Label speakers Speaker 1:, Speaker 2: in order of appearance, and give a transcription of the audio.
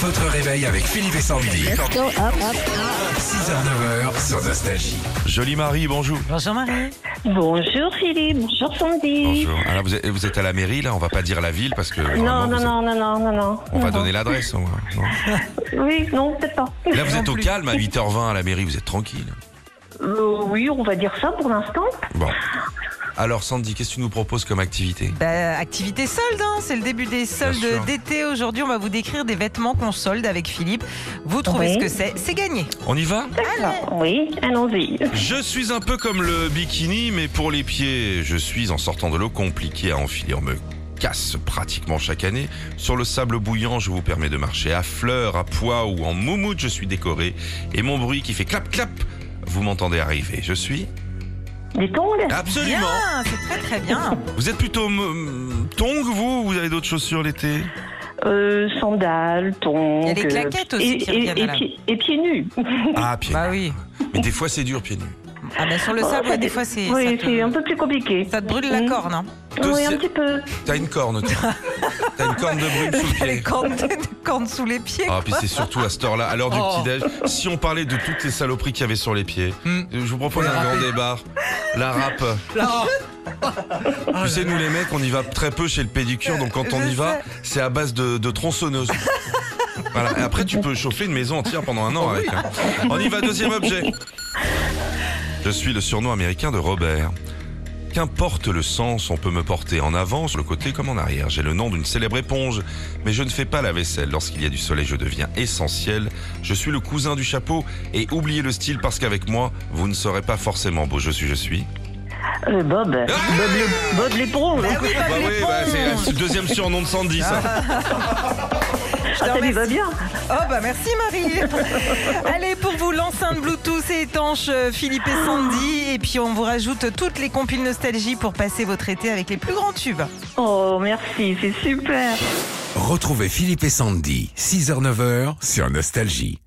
Speaker 1: Votre réveil avec Philippe et Sandy.
Speaker 2: Let's go up, up.
Speaker 1: 6h, 9h sur Nostalgie.
Speaker 3: Jolie Marie, bonjour.
Speaker 4: Bonjour Marie.
Speaker 5: Bonjour Philippe, bonjour Sandy.
Speaker 3: Alors Ah, vous êtes, vous êtes à la mairie là, on va pas dire la ville parce que
Speaker 5: Non,
Speaker 3: vraiment,
Speaker 5: non,
Speaker 3: vous êtes-
Speaker 5: non, non, non, non, non.
Speaker 3: Ah, on va
Speaker 5: Non,
Speaker 3: donner l'adresse. on va- non.
Speaker 5: non. Oui, non, peut-être pas.
Speaker 3: Là vous êtes au calme à 8h20 à la mairie, vous êtes tranquille.
Speaker 5: Euh, oui, on va dire ça pour l'instant.
Speaker 3: Bon. Alors Sandy, qu'est-ce que tu nous proposes comme activité
Speaker 4: Bah, activité solde, hein, c'est le début des
Speaker 3: sûr.
Speaker 4: soldes d'été. Aujourd'hui, on va vous décrire des vêtements qu'on solde avec Philippe. Vous trouvez
Speaker 5: Oui.
Speaker 4: ce que c'est C'est gagné.
Speaker 3: On y va
Speaker 5: Alors, Ah, oui, allons-y.
Speaker 3: Je suis un peu comme le bikini, mais pour les pieds. Je suis en sortant de l'eau compliqué à enfiler. On me casse pratiquement chaque année. Sur le sable bouillant, je vous permets de marcher à fleurs, à pois ou en moumoute, je suis décoré. Et mon bruit qui fait clap clap, vous m'entendez arriver. Je suis
Speaker 5: Des tongs
Speaker 3: absolument.
Speaker 4: Bien, c'est très très bien.
Speaker 3: Vous êtes plutôt mm, tong vous ou vous avez d'autres chaussures l'été Ah.
Speaker 5: euh, Sandales, tongs.
Speaker 4: Il y a des
Speaker 5: euh,
Speaker 4: claquettes aussi
Speaker 5: et,
Speaker 4: qui
Speaker 5: et-
Speaker 4: reviennent,
Speaker 5: et
Speaker 4: là.
Speaker 5: pieds- et pieds nus.
Speaker 3: Ah pieds.
Speaker 4: Bah oui.
Speaker 3: Mais des fois c'est dur pieds nus.
Speaker 4: Ah bah, sur le
Speaker 5: Oh,
Speaker 4: sable,
Speaker 5: ça
Speaker 4: ouais, des
Speaker 5: dé-
Speaker 4: fois c'est ça,
Speaker 5: Oui,
Speaker 4: te-
Speaker 5: c'est un peu plus compliqué.
Speaker 4: ça te brûle la
Speaker 5: Mm.
Speaker 4: corne. Hein.
Speaker 5: Oui, un
Speaker 3: Deuxi-
Speaker 5: petit peu.
Speaker 3: T'as une corne. toi. T'as une corne de brume sous le
Speaker 4: T'as les
Speaker 3: pied.
Speaker 4: cornes, t'as des cornes sous les pieds.
Speaker 3: Ah, puis c'est surtout à cette heure-là, à l'heure du
Speaker 4: Oh.
Speaker 3: petit-déj. Si on parlait de toutes les saloperies qu'il y avait sur les pieds,
Speaker 4: Hmm.
Speaker 3: je vous propose un grand débat. La râpe.
Speaker 4: Bah Oh
Speaker 3: tu sais, nous les mecs, on y va très peu chez le pédicure, donc quand on
Speaker 4: Euh, Je
Speaker 3: y va,
Speaker 4: sais.
Speaker 3: c'est à base de, de tronçonneuse. Voilà. Et après, tu peux chauffer une maison entière pendant un
Speaker 4: Oh
Speaker 3: an avec. hein. On y va, deuxième objet. Je suis le surnom américain de Robert. Qu'importe le sens, on peut me porter en avant, sur le côté comme en arrière. J'ai le nom d'une célèbre éponge, mais je ne fais pas la vaisselle. Lorsqu'il y a du soleil, je deviens essentiel. Je suis le cousin du chapeau et oubliez le style parce qu'avec moi, vous ne serez pas forcément beau. Je suis, je suis.
Speaker 5: Euh, Bob.
Speaker 3: Ah
Speaker 5: Bob, le- Bob l'éponge.
Speaker 3: Bah
Speaker 4: Ah
Speaker 3: oui, bah, c'est le deuxième surnom de Sandy, ça.
Speaker 5: Ah, ça lui va bien.
Speaker 4: Oh bah merci Marie Allez pour vous l'enceinte Bluetooth et étanche euh, Philippe et Sandy et puis on vous rajoute toutes les compiles nostalgie pour passer votre été avec les plus grands tubes.
Speaker 5: Oh, merci, c'est super.
Speaker 1: Retrouvez Philippe et Sandy, 6h, 9h sur Nostalgie.